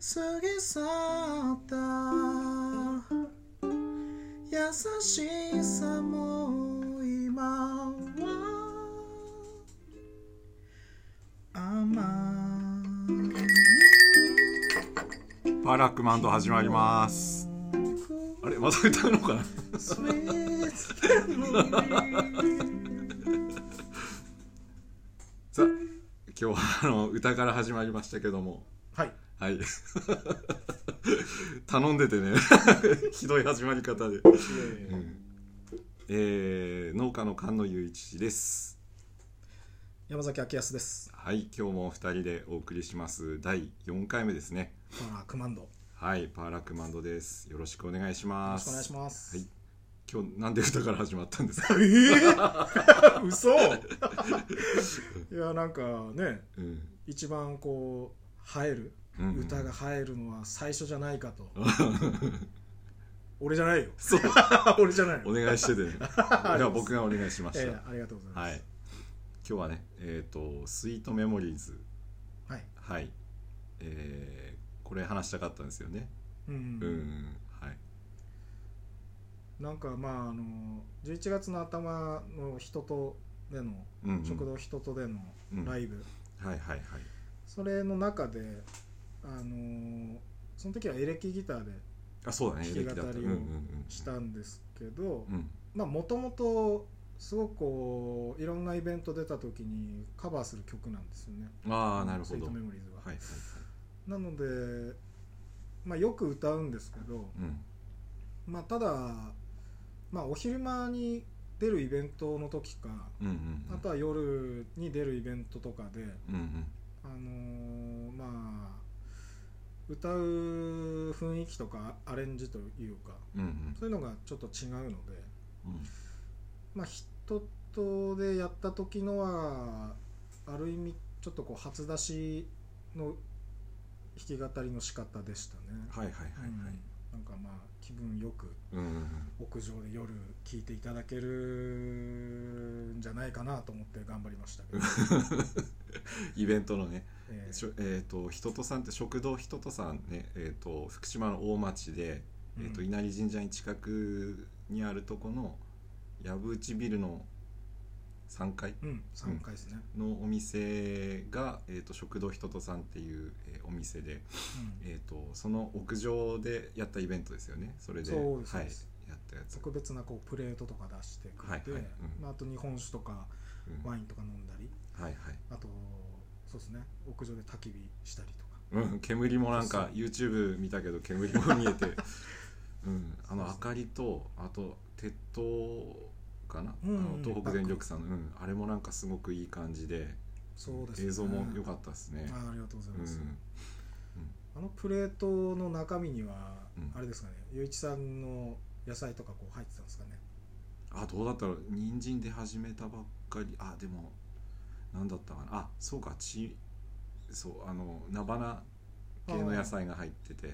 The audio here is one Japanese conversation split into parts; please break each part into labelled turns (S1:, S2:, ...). S1: 過ぎ去った優しさも今は甘
S2: バラックマンド始まりますあれまた歌うのかなさあ今日はあの歌から始まりましたけども
S1: はい
S2: はい 頼んでてね ひどい始まり方で、うんえー農家の菅野雄一です
S1: 山崎明康です
S2: はい今日もお二人でお送りします第4回目ですね
S1: まあクマンドよ
S2: はいパーラックマンドですよろしくお願いしま
S1: ろし
S2: す
S1: くお願いします、
S2: はい今日なんで歌から始まったんですか、
S1: えー、嘘いやなんかね
S2: うん
S1: 一番こう映える
S2: うんうん
S1: 歌が映えるのは最初じゃないか と俺じゃないよ
S2: そう
S1: 俺じゃない
S2: お
S1: よ
S2: 願いし てて、ね、では僕がお願いしました、
S1: ええありがとうございま
S2: は
S1: す
S2: い今日はねえっ、と「スイートメモリーズ
S1: はい、」
S2: はいえーこれ話したかったんですよね
S1: うん
S2: うん、はい
S1: なんかまああの11月の頭の人とでの、
S2: うんうん
S1: 食堂人とでのライブ、
S2: はいはいはい
S1: それの中であのその時はエレキギターで
S2: あそうだね
S1: 弾き
S2: 歴だった
S1: 語りを
S2: うんうんうん
S1: したんですけど
S2: うん
S1: まあもともとすごくこういろんなイベント出た時にカバーする曲なんですよね
S2: ああなる
S1: ス
S2: ほ
S1: イー
S2: ど
S1: ト
S2: はい
S1: メモリーズは、
S2: はいはい
S1: なので、まあ、よく歌うんですけど、
S2: うん
S1: まあ、ただ、まあ、お昼間に出るイベントの時か
S2: うんうん
S1: あとは夜に出るイベントとかで、
S2: うんうん
S1: あのーまあ、歌う雰囲気とかアレンジというか
S2: うんうん
S1: そういうのがちょっと違うので、
S2: うん
S1: まあ、人とでやった時のはある意味ちょっとこう初出しの弾き語りの仕方でしたね。
S2: はいはいはいはい
S1: なんかまあ気分よく
S2: うんうんうん
S1: 屋上で夜聴いていただけるんじゃないかなと思って頑張りました けど、
S2: イベントのね
S1: えー
S2: しょえー、と人とさんって食堂人とさんね、えー、と福島の大町で、えー、と
S1: うん
S2: 稲荷神社に近くにあるとこの藪内ビルの3階
S1: うん、3回ですね、
S2: のお店が、えー、と食堂人とさんっていう、えーお店で、
S1: うん
S2: えー、とその屋上でやったイベントですよねそれで
S1: そうですそ
S2: はい、
S1: うです
S2: やったやつ、
S1: 特別なこうプレートとか出してくれて、
S2: はいはいうん
S1: まあ、あと日本酒とか
S2: うん
S1: ワ
S2: はい
S1: インとか飲んだり
S2: はい、
S1: あとそうですね屋上で焚き火したりとか
S2: うん、煙もなんか
S1: そ
S2: YouTube 見たけど煙も見えて、 うん、あの明かりとあと鉄塔かな、
S1: うんうん
S2: あの東北電力さんの、うん、あれもなんかすごくいい感じで
S1: そうです
S2: 映像も良かったですね。
S1: あありがとうございうます、
S2: ん
S1: あのプレートの中身には、
S2: うん
S1: あれですかね雄一さんの野菜とかこう入ってたんですかね
S2: あどうだったろう人参で始めたばっかりあでも何だったかなあそうかちそうあの菜花系の野菜が入ってて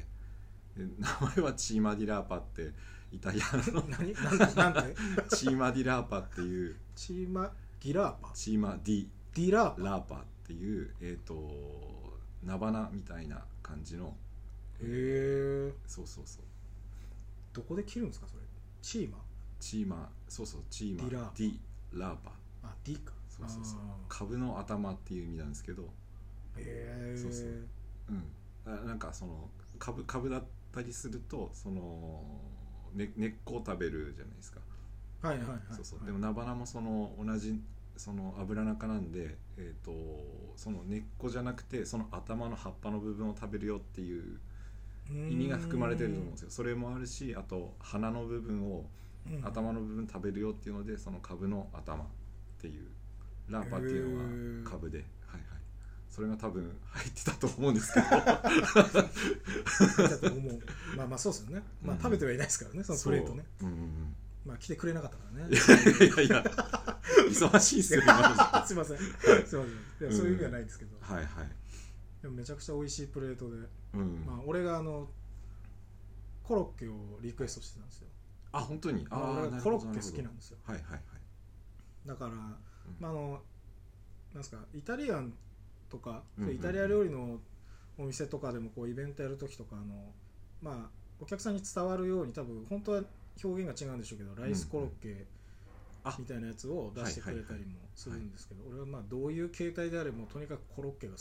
S2: で名前はチーマディラーパってイタリア の
S1: 何なんてなんて
S2: チーマディラーパっていう
S1: チーマギラーパ
S2: チーマディ
S1: ディラーパ
S2: ラーパっていうえっ、と菜花みたいな感じの
S1: へえ
S2: そうそうそう
S1: どこで切るんですかそれチーマ
S2: チーマそうそうチーマ
S1: デ
S2: デ
S1: ィラーパ
S2: ィラーパ
S1: あディか
S2: そうそうそう
S1: あ
S2: 株の頭っていう意味なんですけど
S1: ーへえ
S2: そうそううんあなんかその株株だったりするとその、ね、根っこを食べるじゃないですか、
S1: はいはいはい
S2: そうそうでも菜花もその同じその油中なんで、えー、とその根っこじゃなくてその頭の葉っぱの部分を食べるよっていう意味が含まれてると思うんですよそれもあるしあと花の部分を
S1: うんうん
S2: 頭の部分食べるよっていうのでその株の頭っていうラーパっていう
S1: へ
S2: の
S1: ー
S2: が株で、はいはい、それが多分入ってたと思う んですけど
S1: だと思うまあまあそうですよね、まあ、
S2: うん
S1: 食べてはいないですからねそのプレートね
S2: そう。うんうん
S1: まあ来てくれなかったから
S2: うん、
S1: ね
S2: いやいやいや、忙しいっすよ、今の時期
S1: すいませんすいませんいやそういう意味はないんですけど、
S2: はいはい。
S1: でもめちゃくちゃ美味しいプレートで、
S2: うん、
S1: まあ、俺があのコロッケをリクエストしてたんですよ
S2: あ、本当に。あ
S1: まあ
S2: ー
S1: 俺
S2: な
S1: は
S2: る
S1: コ
S2: ほ
S1: ロ
S2: ど
S1: ッケ好きな
S2: る
S1: んですよ
S2: ほどはいはいはい。
S1: だから、まああのなんですかイタリアンとか、そういうイタリア
S2: うんうん
S1: 料理のお店とかでもこうイベントやる時とかあのまあお客さんに伝わるように多分本当は表現が違うんでしょうけどライスコロッケ
S2: あ
S1: みたいなやつを出してくれたりもするんですけど俺はまあどういう形態であれもとにかくコロッケが好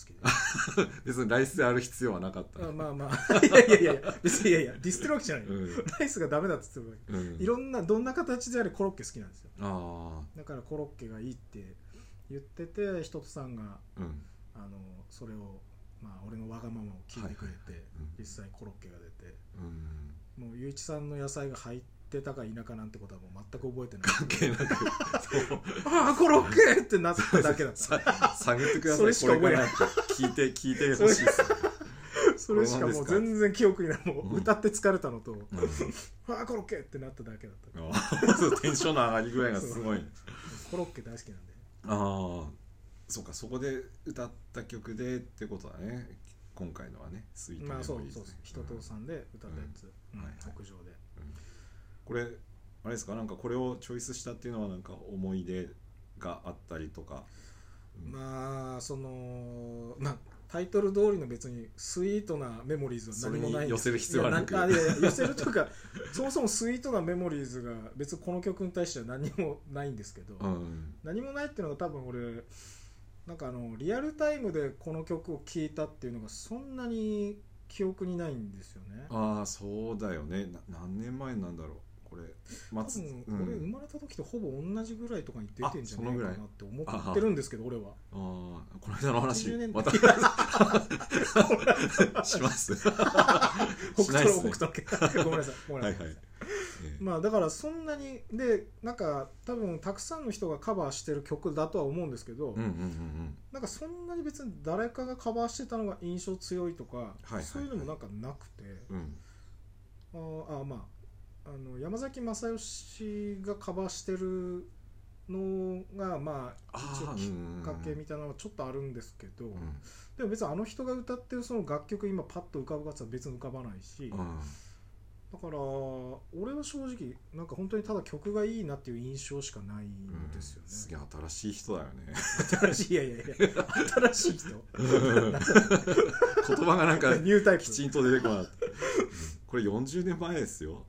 S1: きで
S2: 別にライスである必要はなかっ た、
S1: あまあまあいやいやいやいや別にいやいやディスってるわけじゃないよ
S2: うん
S1: ライスがダメだっつっても
S2: うん、
S1: いろんなどんな形であれコロッケ好きなんですよ
S2: あ
S1: だからコロッケがいいって言っててひととさんが
S2: あうん
S1: あのそれを、まあ、俺のわがままを聞いてくれて、
S2: はいはいはいうん
S1: 実際コロッケが出て
S2: うん
S1: もうゆういちさんの野菜が入ってたか否かなんてことはもう全く覚えてない
S2: 関係なくそう
S1: ああコロッケってなった だけだった
S2: さ探ってください
S1: それしか覚えない
S2: これから聞いて聞いてほしいっすね
S1: それしかもう全然記憶にないも
S2: うん
S1: う歌って疲れたのと、
S2: うん
S1: ああコロッケってなっただけだった
S2: あー そうテンションの上がり具合がすごい
S1: コロッケ大好きなんで
S2: ああそうかそこで歌った曲でってことだね今回のはね「スイートメ
S1: まあ
S2: モ
S1: そう
S2: リーズ
S1: そう
S2: ね
S1: ひととさんで歌ったやつ、
S2: うん
S1: うん
S2: はいはい
S1: 屋上で
S2: これあれですかなんかこれをチョイスしたっていうのはなんか思い出があったりとか、うん
S1: まあそのまあタイトル通りの別にスイートなメモリーズは何もないんです
S2: それに寄せる必要はなく
S1: いやんかあいやいや寄せるというかそもそもスイートなメモリーズが別にこの曲に対しては何もないんですけど、
S2: うん
S1: 何もないっていうのが多分俺なんかあのリアルタイムでこの曲を聴いたっていうのがそんなに記憶にないんですよね
S2: ああそうだよねな何年前なんだろうこれ
S1: 多
S2: 松
S1: 分
S2: うん
S1: 俺生まれた時とほぼ同じぐらいとかに出てんじゃないかなって思
S2: あそのぐらい
S1: ってるんですけど俺は
S2: ああこの間の話
S1: 80年代
S2: また します
S1: 北
S2: しないっ
S1: 斗
S2: す
S1: の
S2: ね
S1: 北斗のごめんなさいごめん
S2: は
S1: ないさい
S2: はい、ええ
S1: まあだからそんなにでなんか多分たくさんの人がカバーしてる曲だとは思うんですけど、
S2: うんうんうんうん
S1: なんかそんなに別に誰かがカバーしてたのが印象強いとか、
S2: いはい
S1: そういうのもなんかなくて
S2: うん
S1: あーあーまああの山崎正義がカバーしてるのがまあ一応
S2: ああ
S1: き
S2: うん
S1: っかけみたいなのはちょっとあるんですけど、
S2: うん
S1: でも別にあの人が歌ってるその楽曲今パッと浮かぶやつは別に浮かばないし、
S2: うんうん
S1: だから俺は正直なんか本当にただ曲がいいなっていう印象しかないんですよね、
S2: すげえ新しい人だよ ね
S1: 新 しいいやいやいや新しい人
S2: 言葉がなん か
S1: ニュータイプ
S2: きちんと出てこなかったこれ40年前ですよ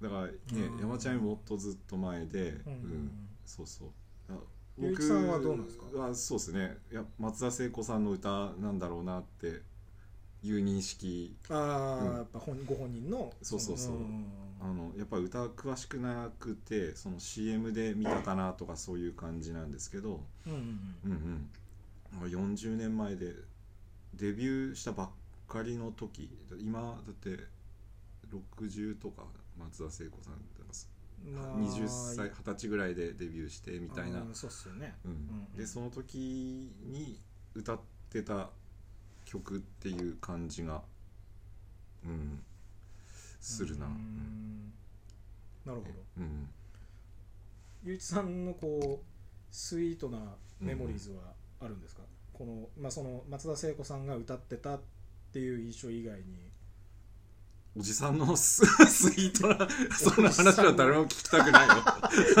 S2: だからね
S1: うん
S2: 山ちゃんよりもっとずっと前で
S1: う
S2: うん
S1: ん
S2: そうそうあ
S1: ゆういちさんはどうなんですか
S2: 僕はそうですねいや松田聖子さんの歌なんだろうなっていう認識
S1: ああ、
S2: うん
S1: やっぱ本ご本人の
S2: そうそうそう
S1: の
S2: あのやっぱ歌詳しくなくてその CM で見たかなとかそういう感じなんですけど
S1: うんうんうん
S2: うんうんまあ40年前でデビューしたばっかりの時今だって60とか松田聖子さんって
S1: まあ
S2: 20歳20歳ぐらいでデビューしてみたいな
S1: あーそうっすよね
S2: うん
S1: うん
S2: でその時に歌ってた曲っていう感じがうんするな
S1: う
S2: うん
S1: んなるほど
S2: うん
S1: ゆういちさんのこうスイートなメモリーズはあるんですか、この,、まあ、その松田聖子さんが歌ってたっていう印象以 外に
S2: おじさんのス スイートな そんな話は誰も聞きたくない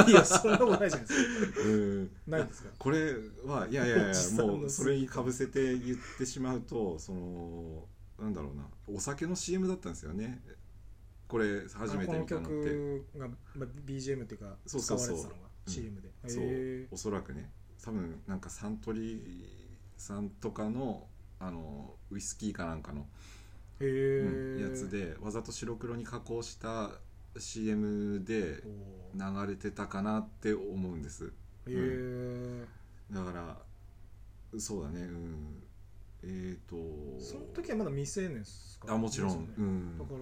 S2: よ
S1: いやそんなことないじゃない ですか
S2: うん
S1: ないんですか
S2: これはいやいやい
S1: お
S2: や
S1: じさんの
S2: もうそれにかぶせて言ってしまうとそのなんだろうなお酒の CM だったんですよねこれ初めて見たの
S1: あ
S2: っ
S1: この
S2: て
S1: 曲が、まあ、BGM っていうか
S2: そう
S1: 使
S2: そう
S1: われ
S2: そ
S1: て
S2: う
S1: たのが CM で、
S2: そう
S1: へえ
S2: おそらくね多分なんかサントリーさんとかのあのウイスキーかなんかの、
S1: へえ、
S2: うんやつでわざと白黒に加工した CM で
S1: おー
S2: 流れてたかなって思うんです
S1: へえ
S2: だからそうだねうんえっ、と
S1: その時はまだ未成年ですか
S2: あもちろん、
S1: そうです
S2: う
S1: よね
S2: ん
S1: だから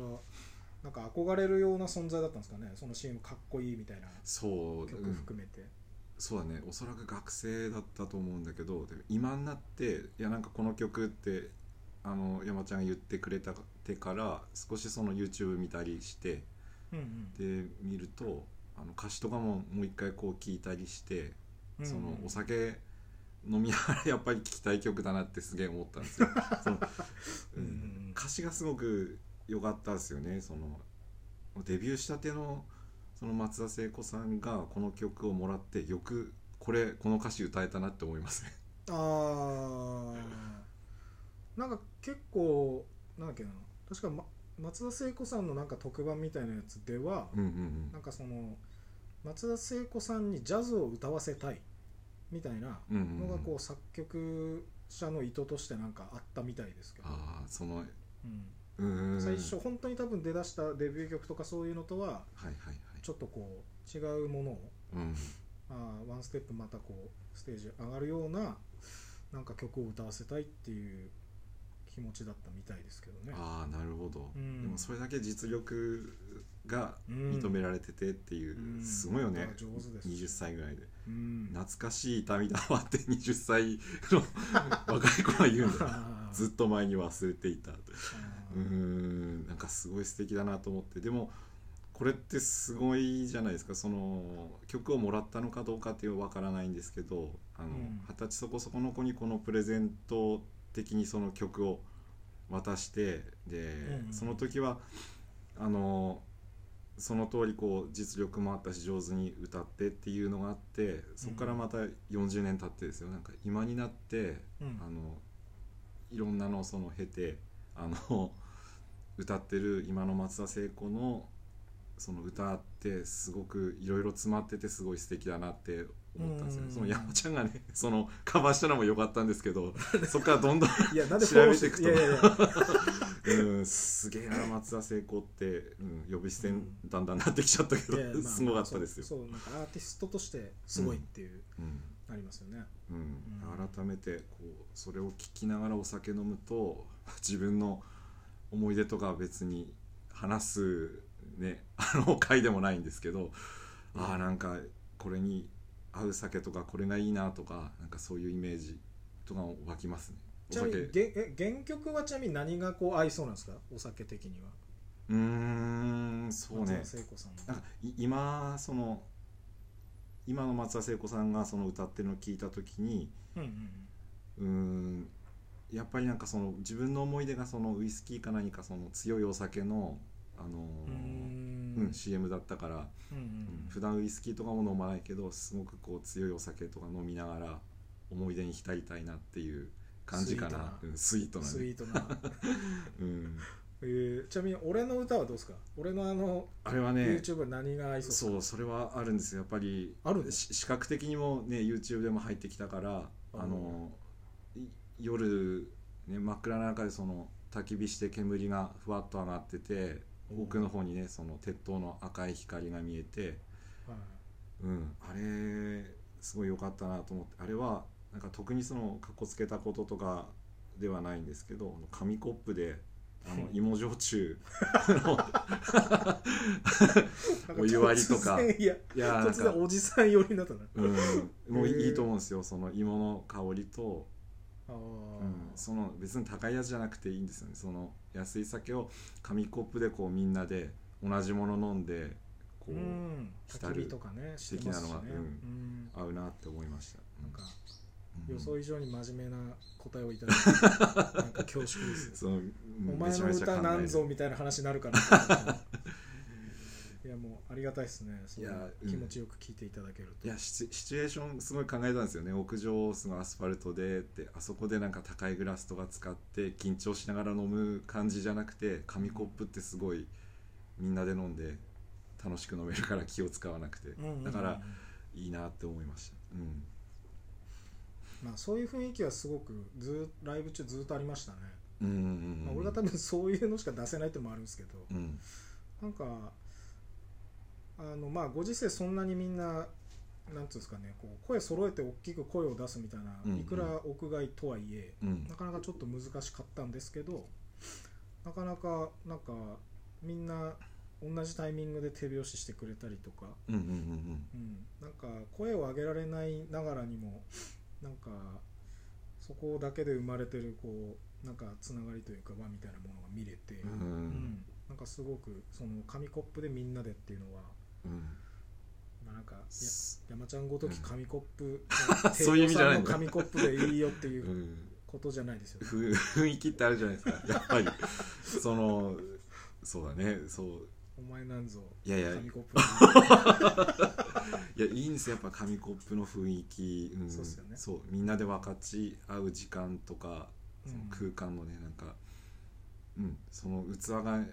S1: なんか憧れるような存在だったんですかねその CM かっこいいみたいな
S2: そう、う
S1: 曲
S2: ん、
S1: 含めて、
S2: そうだねおそらく学生だったと思うんだけどでも今になっていやなんかこの曲ってあの山ちゃんが言ってくれたてから少しその YouTube 見たりして
S1: うんうん
S2: で見るとあの歌詞とかももう一回こう聞いたりして、
S1: うんうん
S2: そのお酒飲みながらやっぱり聴きたい曲だなってすげえ思ったんで すよその、うん
S1: うんうんうん
S2: 歌詞がすごく良かったですよねそのデビューしたてのその松田聖子さんがこの曲をもらってよくこれこの歌詞歌えたなって思いますね
S1: ああなんか結構なんだっけな確か、ま、松田聖子さんのなんか特番みたいなやつでは、
S2: うんうん
S1: なんかその松田聖子さんにジャズを歌わせたいみたいな
S2: うんうん
S1: のが
S2: うんう
S1: こ
S2: ん
S1: う作曲者の意図としてなんかあったみたいですけど、
S2: ああそのう
S1: う
S2: ーん
S1: ん、最初本当に多分出だしたデビュー曲とかそういうのとは
S2: はいはいはい
S1: ちょっとこう違うものを
S2: うん
S1: あーワンステップまたこうステージ上がるようななんか曲を歌わせたいっていう気持ちだったみたいですけどね。
S2: ああなるほど、
S1: うん
S2: でもそれだけ実力が認
S1: 認
S2: められててっていう、
S1: うん
S2: すごいよね、
S1: 上手です
S2: 20歳ぐらいで
S1: うん
S2: 懐かしい痛みだわって20歳の若い子は言うんだよ
S1: あー
S2: ずっと前に忘れていたと
S1: あ
S2: うー
S1: ー
S2: んなんかすごい素敵だなと思ってでもこれってすごいじゃないですかその曲をもらったのかどうかっていうのは分からないんですけどあの
S1: うん
S2: 二十、歳そこそこの子にこのプレゼント的にその曲を渡してで、
S1: うん
S2: その時はあのその通りこう実力もあったし上手に歌ってっていうのがあってそこからまた40年経ってですよなんか今になって
S1: うん
S2: あのいろんなのをその経てあの 歌ってる今の松田聖子のその歌ってすごくいろいろ詰まっててすごい素敵だなって思ったんですよ
S1: う
S2: ね。
S1: ん
S2: その山ちゃんがね そのカバーしたのも良かったんです けどそこからどんどん、
S1: いやなんでフォローして
S2: 調べていくと
S1: いやいやい や
S2: うん、すげえな松田聖子って、うん、呼び捨てにだんだんなってきちゃったけど、
S1: いやまあ
S2: すごかったですよ。
S1: そうそうなんかアーティストとしてすごいっていう、
S2: うん
S1: ありますよね
S2: うん
S1: うん
S2: 改めてこうそれを聞きながらお酒飲むと 自分の思い出とかは別に話すねあの回でもないんですけど、ああなんかこれに合う酒とかこれがいいなとかなんかそういうイメージとか湧きますねお
S1: ちなみ
S2: 酒
S1: に
S2: う
S1: げえ原曲はちなみに何がこう合いそうなんですかお酒的には
S2: ーんそうね
S1: 松田聖子さんの
S2: なんかい今その今の松田聖子さんがその歌ってるのを聞いた時に
S1: うんうん
S2: うーんやっぱりなんかその自分の思い出がそのウイスキーか何かその強いお酒の、あの
S1: う
S2: ー
S1: ん
S2: うん、CM だったから、
S1: うんうん
S2: 普段ウイスキーとかも飲まないけどすごくこう強いお酒とか飲みながら思い出に浸りたいなっていう感じかなスイートな,、うん、
S1: ス
S2: スイ
S1: イ
S2: ー
S1: ートな、
S2: トなね、うん、
S1: えーちなみに俺の歌はどうですか俺のあの
S2: あれはね
S1: YouTube 何が合いそうですか
S2: そうそれはあるんですよやっぱり
S1: あるの
S2: し視覚的にもね YouTube でも入ってきたから
S1: うん
S2: あのい夜、ね、真っ暗な中でその焚き火して煙がふわっと上がってて
S1: うん
S2: 奥の方にねその鉄塔の赤い光が見えて、
S1: はい
S2: うん、あれすごい良かったなと思ってあれはなんか特にそのかっこつけたこととかではないんですけどあの紙コップで。あの芋焼酎の
S1: なん
S2: お湯割りとか
S1: 突然いや
S2: いやーなん
S1: 突然
S2: か
S1: おじさん寄りになったな
S2: うん、もうい
S1: へ
S2: い
S1: ー
S2: と思うんですよその芋の香りと、
S1: あー
S2: うん、その別に高いやつじゃなくていいんですよねその安い酒を紙コップでこうみんなで同じもの飲んでこ
S1: う
S2: うん浸
S1: 焚
S2: る
S1: き火とかねしてますしね
S2: 的なのはうん
S1: うん
S2: 合うなって思いました
S1: なんか
S2: う
S1: 予
S2: ん
S1: 想以上に真面目な答えをいただい てなんか恐縮です
S2: その
S1: お前の歌なんぞみたいな話になるから いやもうありがたいですねその
S2: いやうん
S1: 気持ちよく聞いていただける
S2: い
S1: と
S2: やシチュシチュエーションすごい考えたんですよね屋上そのアスファルトでってあそこでなんか高いグラスとか使って緊張しながら飲む感じじゃなくて紙コップってすごいみんなで飲んで楽しく飲めるから気を使わなくて、
S1: うんうんうん
S2: だからいいなって思いました、うん、
S1: まあそういう雰囲気はすごくずーライブ中ずっとありましたね、
S2: うんうん
S1: ま
S2: う
S1: あ、
S2: ん
S1: 俺が多分そういうのしか出せないってのもあるんですけど
S2: うん
S1: なんかあのまあご時世そんなにみんななんつうんですかねこう声揃えて大きく声を出すみたいな
S2: うんうん
S1: いくら屋外とはいえ
S2: うん
S1: なかなかちょっと難しかったんですけどなかなかなんかみんな同じタイミングで手拍子してくれたりとか、
S2: うんうんうん
S1: うん、なんか声を上げられないながらにもなんかそこだけで生まれてるこうなんかつながりというか輪みたいなものが見れて、
S2: うんう
S1: うんんなんかすごくその紙コップでみんなでっていうのは、
S2: うん
S1: まあ、なんかや
S2: す
S1: 山ちゃんごとき紙コッ プ、
S2: そういう意味じゃないんだ
S1: 帝王さんの紙コップでいいよっていううんことじゃないですよね。
S2: ふ雰囲気ってあるじゃないですかやっぱりそのそうだねそう
S1: お前なんぞ
S2: いやいや
S1: 紙コップ
S2: いやいいんですよやっぱ紙コップの雰囲気、うん
S1: そうっすよね
S2: そうみんなで分かち合う時間とかその空間のねなんか、うん、その器が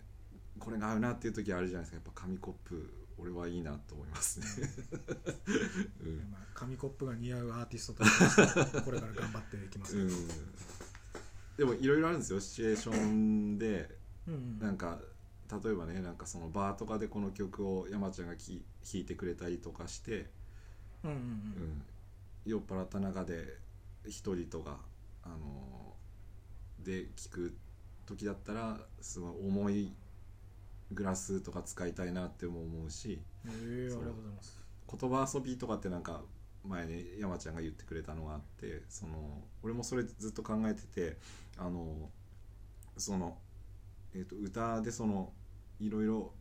S2: これが合うなっていう時あるじゃないですかやっぱ紙コップ俺はいいなと思いますね、うん
S1: まあ、紙コップが似合うアーティストとしてこれから頑張っていきます、
S2: うん、でもいろいろあるんですよシチュエーションで
S1: うんうん
S2: なんか例えばねなんかそのバーとかでこの曲を山ちゃんがき弾いてくれたりとかして、
S1: うんうん
S2: う
S1: うん
S2: ん、酔っ払った中で一人とか、あので聴く時だったらすごい重いグラスとか使いたいなっても思うし
S1: ええありがとうございます
S2: 言葉遊びとかってなんか前ね山ちゃんが言ってくれたのがあってその俺もそれずっと考えててあのその、えー、と歌でそのいろいろ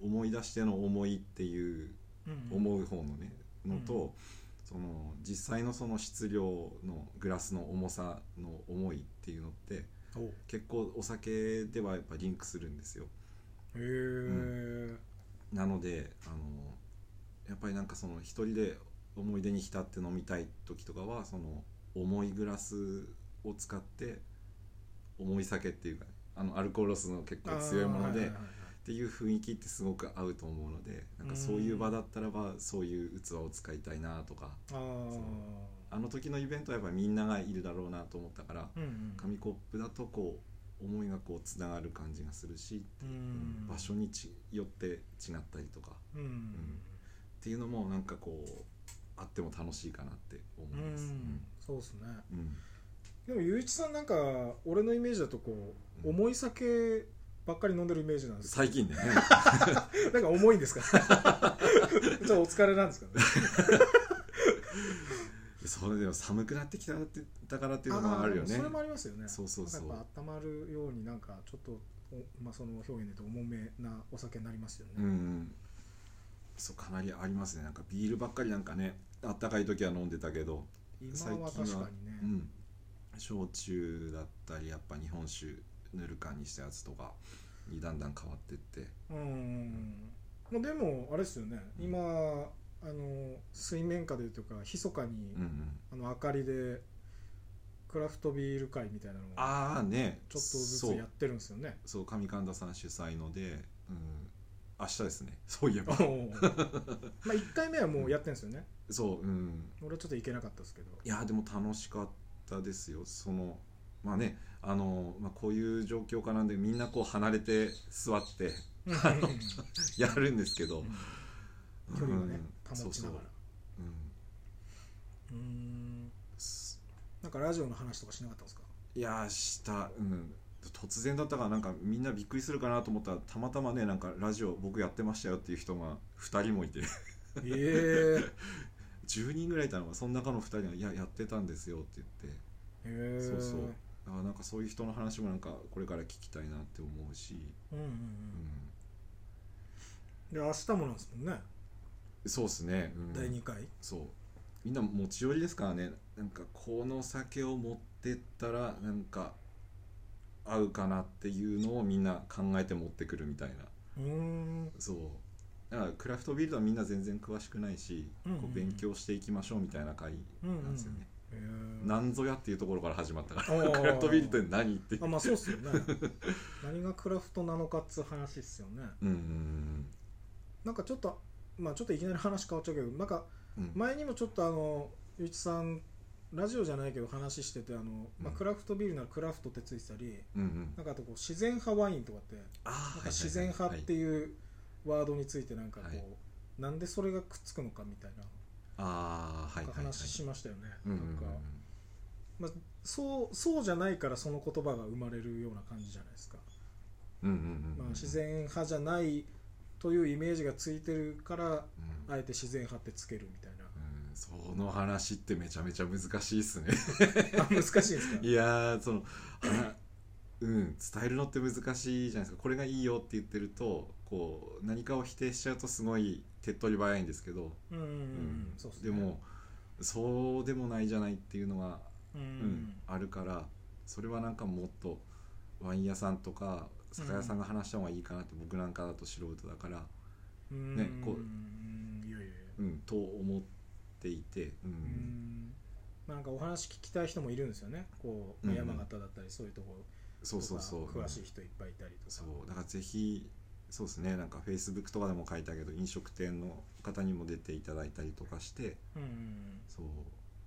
S2: 思い出しての思いっていう
S1: うんうん
S2: 思う方のねのと、
S1: う
S2: その実際のその質量のグラスの重さの思いっていうのって
S1: お
S2: 結構お酒ではやっぱリンクするんですよ
S1: へえ
S2: なのであのやっぱりなんかその一人で思い出に浸って飲みたい時とかはその重いグラスを使って重い酒っていうかねあのアルコールロスの結構強いもので、
S1: あーはいはいはい
S2: っていう雰囲気ってすごく合うと思うのでなんかそういう場だったらばそういう器を使いたいなとか
S1: はいあ
S2: あの時のイベントはやっぱりみんながいるだろうなと思ったから
S1: ーうんうん
S2: 紙コップだとこう思いがこうつながる感じがするし、
S1: う
S2: うん
S1: ん
S2: 場所にちよって違ったりとかっ
S1: うん
S2: ていうのもなんかこうあっても楽しいかなって思
S1: う
S2: います。
S1: んそうですね
S2: うんうん
S1: でもゆういちさんなんか俺のイメージだとこう
S2: うん
S1: 重い酒ばっかり飲んでるイメージなんです
S2: 最 近ね
S1: けどなんか重いん ですかじゃあお疲れなんですかね
S2: それでも寒くなってきたってだからっていうのもあるよ
S1: ーで
S2: ね
S1: それもありますよね
S2: そうそうそ
S1: な
S2: う
S1: んかやっぱ温まるようになんかちょっとおまあ、その表現で言うと重めなお酒になりますよね、
S2: うんうんそうかなりありますねなんかビールばっかりなんかねあったかい時は飲んでたけど
S1: 今は確かにね、
S2: うん、焼酎だったりやっぱ日本酒ぬるかにしたやつとかにだんだん変わってって
S1: うんうんうんまあ、でもあれですよね
S2: うん
S1: 今あの水面下でというか密かに、
S2: うんうん
S1: あの明かりでクラフトビール会みたいなのを
S2: ああね
S1: ちょっとず
S2: そ
S1: つやっ
S2: う
S1: てるんですよ ね
S2: そう上神田さん主催ので、うん、明日ですねそういえ
S1: お
S2: ば
S1: ーまあ1回目はもうやってるんですよね
S2: そううん
S1: 俺ちょっと行けなかったですけど
S2: いやでも楽しかったですよそのまあねあの、まあ、こういう状況下なんでみんなこう離れて座って
S1: 距
S2: やるんですけど、
S1: 離をね
S2: うん
S1: 保ちながら
S2: そうそう、うん
S1: うーん
S2: す
S1: なんかラジオの話とかしなかったん ですか
S2: いやーした、うん、突然だったからなんかみんなびっくりするかなと思ったらたまたまねなんかラジオ僕やってましたよっていう人が2人もいて
S1: え
S2: 10人ぐらいいたのがその中の2人が「いややってたんですよ」って言って
S1: えへえ
S2: そうそうあーなんかそういう人の話もなんかこれから聞きたいなって思うし、
S1: うんうんう
S2: うんん、
S1: で明日もなんですもんね
S2: そうっすね、うん
S1: 第2回
S2: そうみんな持ち寄りですからねなんかこの酒を持ってったらなんか合うかなっていうのをみんな考えて持ってくるみたいな
S1: うーん
S2: そうだからクラフトビールはみんな全然詳しくないし、
S1: うんうんうん
S2: こう勉強していきましょうみたいな会なんですよね、
S1: へえ
S2: なんぞやっていうところから始まったか
S1: お
S2: ら
S1: ー
S2: クラフトビールって何っていう
S1: あまあそうっすよね 何がクラフトなのかっつう話っすよね
S2: うんうん
S1: なんかちょっとまあちょっといきなり話変わっちゃうけどなんか
S2: うんうん
S1: 前にもちょっとあのゆういちさんラジオじゃないけど話しててあの、まあ、
S2: うん
S1: クラフトビールならクラフトってついてたり
S2: うんうん
S1: なんかあとこう自然派ワインとかって
S2: あ
S1: なん
S2: ー
S1: か自然派って
S2: はい
S1: いうワードについてなんかこう、
S2: はい
S1: なんでそれがくっつくのかみたいな
S2: あー
S1: なんか
S2: はいはいはい
S1: 話しましたよね、
S2: うんうん
S1: なんか、まあ、そうそうじゃないからその言葉が生まれるような感じじゃないですか、
S2: うんうんうんうん
S1: まあ、自然派じゃないというイメージがついてるから
S2: うん
S1: あえて自然派ってつけるみたいな
S2: うんその話ってめちゃめちゃ難しいっす ね
S1: あ難しいですか
S2: いやーそのはうん伝えるのって難しいじゃないですかこれがいいよって言ってるとこう何かを否定しちゃうとすごい手っ取り早いんですけど、
S1: うんうんうん
S2: う
S1: うんそうっすね
S2: でもそうでもないじゃないっていうのが、
S1: うん
S2: うんあるからそれはなんかもっとワイン屋さんとか酒屋さんが話した方がいいかなって、僕なんかだと素人だから、
S1: うん
S2: ねこう
S1: うんいやいやいや
S2: うん、と思っていて、うん
S1: うんまあ、なんかお話聞きたい人もいるんですよねこう
S2: うんうん
S1: 山形だったりそういうところ
S2: そうそうそう
S1: とか詳しい人いっぱいいたりとか
S2: そうだからぜひそうですねなんかフェイスブックとかでも書いたけど飲食店の方にも出ていただいたりとかして
S1: うんうんうん
S2: そう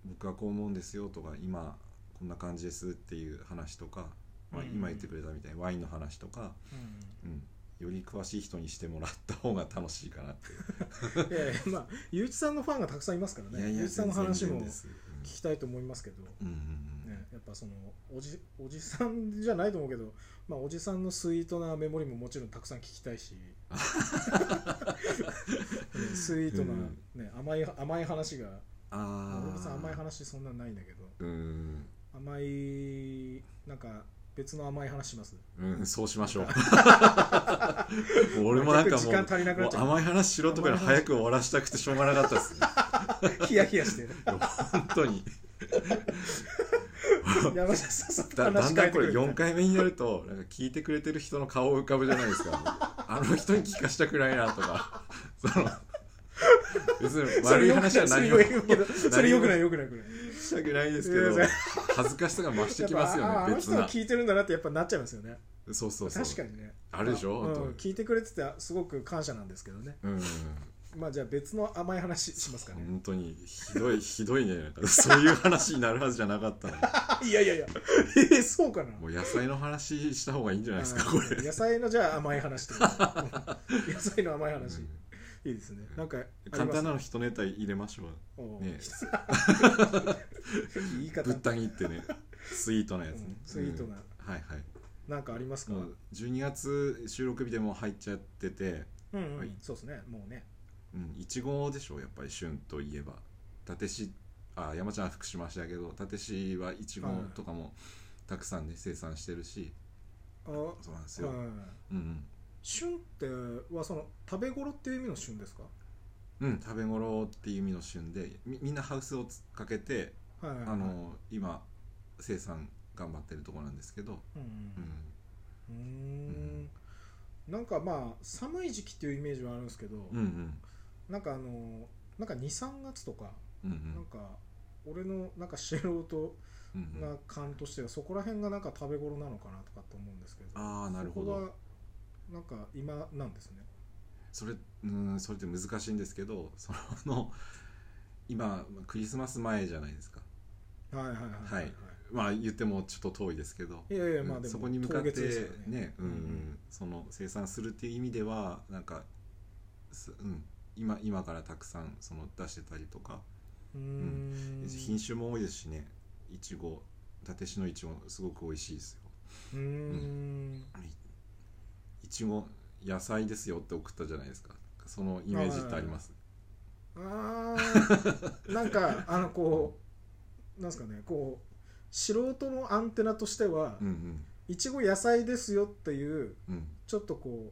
S2: 僕はこう思うんですよとか今こんな感じですっていう話とか、まあ、
S1: うん
S2: 今言ってくれたみたいにワインの話とか、
S1: うん
S2: うん、より詳しい人にしてもらった方が楽しいかなって
S1: うん、いやいやまあゆういちさんのファンがたく さんいますからね
S2: いやい
S1: ゆう
S2: や
S1: いちさんの話
S2: 全
S1: も
S2: 然で
S1: 聞
S2: すうん
S1: きたいと思いますけど、
S2: うんうんうん
S1: ね、やっぱそのおじおじさんじゃないと思うけど、まあ、おじさんのスイートなメモリももちろんたくさん聞きた いしねスイートな、ね甘い甘い話が
S2: あ
S1: まあ
S2: あ
S1: 大木さん甘い話そんなないんだけど
S2: うん
S1: 甘いなんか別の甘い話します
S2: うん、そうしま しょう。俺もなんかも
S1: 時間足りな
S2: う、
S1: くな
S2: も
S1: っ
S2: う
S1: ちゃう
S2: 甘い話しろとかで早く終わらしたくてしょうがなかったですね。
S1: ヒヤヒヤ して
S2: 本当に。
S1: 山下さんさっと
S2: だだ
S1: 話変
S2: んだ
S1: え
S2: ん
S1: て
S2: こ
S1: く
S2: れ
S1: れる
S2: 4回目になると、なんか聞いてくれてる人の顔浮かぶじゃないですか。あの人に聞かしたくないなとか。その別に
S1: そ
S2: 悪
S1: れ
S2: い
S1: 良くない
S2: 話は何も
S1: それ良くないそれよくないよくないよくない
S2: したくないですけど
S1: いやいや、
S2: 恥ずかしさが増して
S1: やっ
S2: きます
S1: ぱあ
S2: よ
S1: あ
S2: ね、
S1: の
S2: 別
S1: 人が
S2: な。
S1: 聞いてるんだなってやっぱなっちゃいますよね
S2: そうそうそう。
S1: 確かにね
S2: あるでしょ
S1: まあ
S2: 本当
S1: うん聞いてくれててすごく感謝なんですけどね
S2: うん。
S1: まあじゃあ別の甘い話しますかね
S2: 本当にひどいひどいねなんかそういう話になるはずじゃなかったのに
S1: あ いやいやい やえーそうかな
S2: もう野菜の話した方がいいんじゃないですか
S1: あ
S2: これ
S1: ー野菜のじゃあ甘い話とかうん 野菜の甘い話いいですねなんかあります
S2: 簡単なの一ネタ入れましょ
S1: お
S2: うね
S1: 言 い方
S2: ぶった切って ねスイートなやつね、
S1: うんスイートな
S2: うんはいはい
S1: なんかありますか
S2: も
S1: うん
S2: う12月収録日でもう入っちゃってて
S1: うん、
S2: はい
S1: そうですねもうね
S2: うんいちごでしょやっぱり旬といえば伊達市あ山ちゃんは福島市だけど伊達市はいちごとかもたくさんね生産してるし
S1: あ
S2: そうなんです
S1: う
S2: よ、
S1: ん
S2: うんうん
S1: 旬ってはその食べ頃っていう意味の旬ですか
S2: うん、食べ頃っていう意味の旬でみみんなハウスをつかけて、
S1: はいはいはい
S2: あの今生産頑張ってるところなんですけど、
S1: うん
S2: うん
S1: うんうんなんかまあ寒い時期っていうイメージはあるんですけど、
S2: うん、うん
S1: なんかあのなんか23月とか、
S2: うんうん
S1: なんか俺のなんか素人
S2: うんう
S1: なん感としてはそこら辺がなんか食べ頃なのかなとかって思うんですけど
S2: ああなるほ
S1: そこ
S2: ど
S1: はなんか今なんですね
S2: それうんそれって難しいんですけどその今クリスマス前じゃないですか
S1: はいはいはい
S2: はいまあ言ってもちょっと遠いですけど
S1: いやいやまあ
S2: うん
S1: でも
S2: そこに向か
S1: 当
S2: って
S1: 月ですから
S2: ねうんうん
S1: うん
S2: その生産するっていう意味ではなんかす、うん、今今からたくさんその出してたりとか
S1: うーん
S2: 品種も多いですしねいちご伊達市のいちごすごく美味しいですよ
S1: うーん
S2: いいちご野菜ですよって送ったじゃないですかそのイメージってあります
S1: あーなんかあのこうなんですかねこう素人のアンテナとしては
S2: うん
S1: いちご野菜ですよっていう
S2: うんうん
S1: ちょっとこう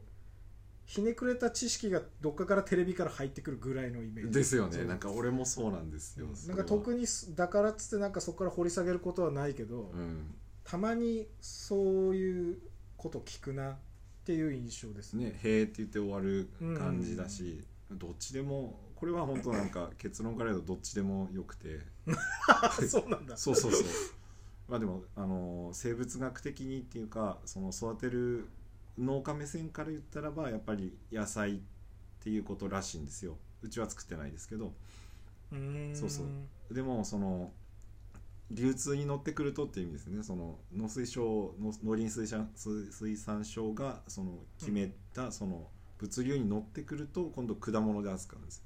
S1: ひねくれた知識がどっかからテレビから入ってくるぐらいのイメージ
S2: ですよ
S1: そ
S2: ね
S1: う
S2: なんか俺もそうなんですよ
S1: なんか特
S2: に
S1: にすだからっつってなんかそこから掘り下げることはないけど、
S2: うん
S1: たまにそういうこと聞くなっていう印象ですね。
S2: ね「へーって言って終わる感じだしどっちでもこれは本当なんか結論から言うとどっちでもよくて
S1: そうなんだ。
S2: そうそうそうまあでもあの生物学的にっていうかその育てる農家目線から言ったらばやっぱり野菜っていうことらしいんですようちは作ってないですけど
S1: うーん
S2: そうそうでもその流通に乗ってくるとっていう意味ですねその農水省農農林水産水水産省がその決めたその物流に乗ってくると今度果物で扱うんですよ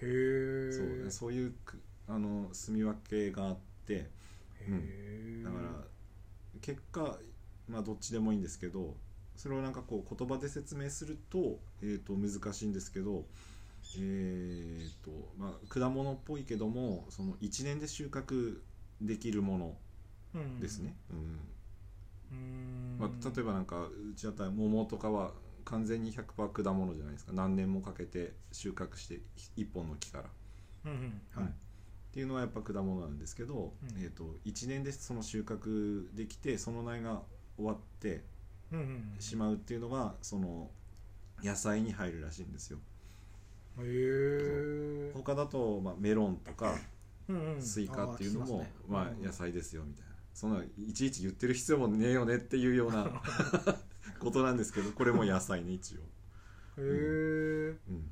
S1: へえ。
S2: そうそういうくあの住み分けがあって
S1: へえ。
S2: だから結果、まあ、どっちでもいいんですけどそれをなんかこう言葉で説明すると,、えー、と難しいんですけど、えーとまあ、果物っぽいけどもその1年で収穫できるもの
S1: うん
S2: ですね、う
S1: うー
S2: ん
S1: ん。
S2: まあ、例えばなんかうちだったら桃とかは完全に100%果物じゃないですか何年もかけて収穫して1本の木から。
S1: うんうん
S2: はい、
S1: は
S2: っ
S1: い。
S2: ていうのはやっぱ果物なんですけど、
S1: うん
S2: えー、と1年でその収穫できてその苗が終わって
S1: うんうん。
S2: しまうっていうのがその野菜に入るらしいんですよ
S1: へえ。
S2: 他だと、まあ、メロンとか
S1: うんうん
S2: スイカっていうのも、
S1: あ
S2: ま
S1: ー聞き
S2: あ野
S1: ますね
S2: 菜ですよみたいなそんないちいち言ってる必要もねえよねっていうよ うなことなんですけどこれも野菜ね一応、
S1: うんへえ
S2: うん、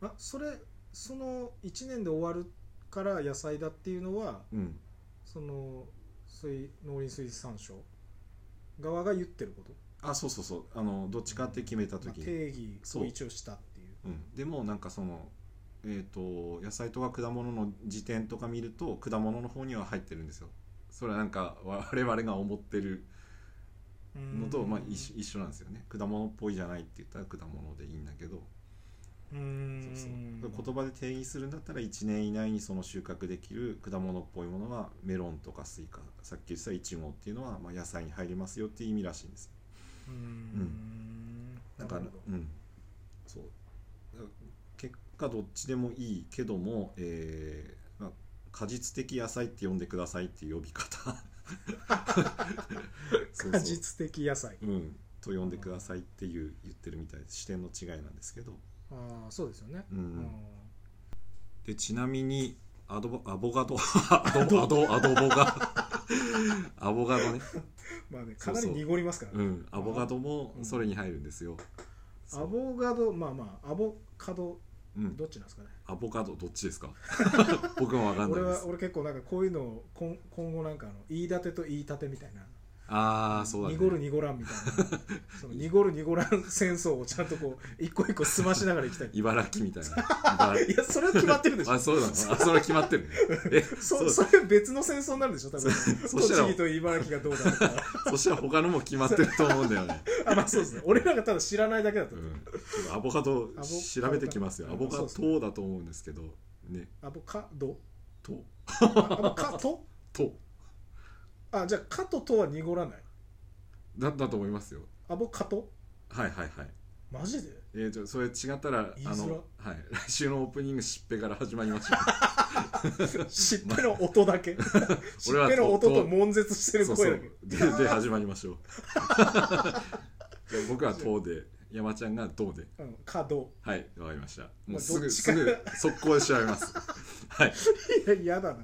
S1: あそれその1年で終わるから野菜だっていうのは
S2: うん、
S1: その水農林水産省側が言ってること、
S2: あそうそうそうあのどっちかって決めた
S1: まあ、
S2: 時に、
S1: 定義を一応したっていう
S2: うん、でもなんかそのえっ、と野菜とか果物の辞典とか見ると果物の方には入ってるんですよそれはなんか 我々が思ってるのと、まあ、一緒一緒なんですよね果物っぽいじゃないって言ったら果物でいいんだけど
S1: う
S2: そ
S1: ん
S2: うそう言葉で定義するんだったら1年以内にその収穫できる果物っぽいものはメロンとかスイカさっき言ってたイチゴっていうのはまあ野菜に入りますよっていう意味らしいんです
S1: うーん
S2: だ
S1: な
S2: から
S1: るほど
S2: うんそうだから結果どっちでもいいけども、えーまあ、果実的野菜って呼んでくださいっていう呼び 方そうそう
S1: 果実的野菜
S2: うんと呼んでくださいっていう言ってるみたいです視点の違いなんですけど、
S1: ああそうですよね
S2: うん
S1: うん
S2: でちなみにアドボアボガドアドボアドアド ボガアボガドね、
S1: まあね
S2: そ
S1: か
S2: うそう
S1: なり濁りますから
S2: う
S1: ね
S2: ん、アボガドもそれに入るんですよ、そう
S1: アボガドまあまあアボカド
S2: うん、
S1: どっちなんですかね
S2: アボカドどっちで すか僕もわかんな
S1: 俺
S2: いで
S1: は
S2: す
S1: 俺結構なんかこういうのを今今後なんかあの言い立てと言い立てみたいな
S2: ああそうだね
S1: 濁る濁らんみたいな その濁る濁らん戦争をちゃんとこう一個一個済ましながら行きたいい
S2: 茨城みたいな茨
S1: やそれは決まってるでし
S2: 城
S1: ょ
S2: あそうなのあそれは決まってるねえそ
S1: そう
S2: そ
S1: それ別の戦争になるでしょ多分
S2: そしたら
S1: 栃木と茨城がどうだとか
S2: したら他のも決まってると思うんだよね、
S1: あまあそうです ね俺らがただ知らないだけだと
S2: う
S1: 思う、
S2: ん、ちょっとアボカド
S1: アボ
S2: 調べてきますよア
S1: ア
S2: ボ
S1: ボ
S2: カ
S1: カド
S2: ドだと思うんですけどね
S1: アボカド
S2: と
S1: あアボカと
S2: と
S1: あじゃあカととは濁らない
S2: だだと思いますよ
S1: アボカと
S2: はいはいはい
S1: マジで
S2: えー、とそれ違ったら
S1: 言いづら
S2: あの、はい、来週のオープニングしっぺから始まりましょ
S1: しっぺの音だけしっ
S2: 俺は
S1: ぺの音
S2: と
S1: と悶絶して
S2: う
S1: る
S2: そう
S1: 声
S2: そ
S1: だ
S2: う
S1: け
S2: でで始まりましょう じゃあ僕は「と」で山ちゃんが「ど」で
S1: うんカド
S2: はい、わかりました。も
S1: ま
S2: う
S1: あ
S2: す
S1: ど
S2: ぐ、
S1: っちか
S2: すぐ、速攻で調 べます。はい。
S1: いや嫌だな、
S2: は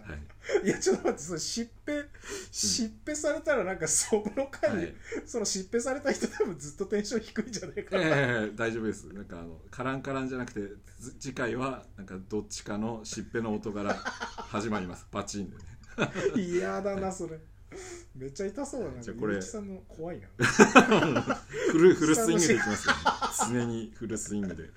S2: い。
S1: い、やちょっと待ってそれしっぺしっぺされたらなんかそこの回に、
S2: はい、
S1: そのしっぺされた人多分ずっとテンション低いんじゃない
S2: え
S1: かな、
S2: え大丈夫です。なんか、あの、カランカランじゃなくて、つ次回は、なんか、どっちかのしっぺの音から始まります。バチンでね。
S1: 嫌だなそれめっちゃ痛そうだな
S2: じゃあ
S1: ゆ
S2: これ
S1: うきさんの怖いな
S2: フル、フルスイングでいきますよ、ね。常にフルスイングで。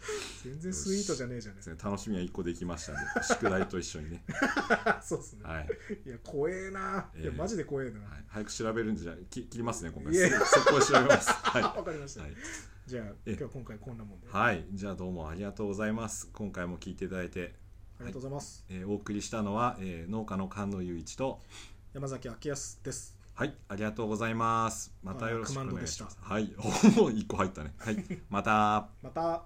S1: 全然スイートじゃねえじゃね
S2: ですね楽しみは一個できましたんで、宿題と一緒にね。
S1: えかそうですね
S2: はい。
S1: いや怖えな、いや
S2: ええ
S1: マジで怖えな、
S2: はい、早く調べるんじゃ、き切りますね、今回。
S1: いえ
S2: すぐ速攻で調べます。はい。
S1: わかりました、
S2: はい
S1: じゃあ
S2: ええ
S1: 今日は今回こんなもんで、あ
S2: はい。じゃあ、どうもありがとうございます。今回も聞いていただいて、
S1: りがとうございます、
S2: えーお送りしたのは、えー農家の菅野雄一と
S1: 山崎明康です
S2: はいありがとうございますまたよろしくお願いします
S1: あ
S2: はいもう一個入ったねはいまた
S1: また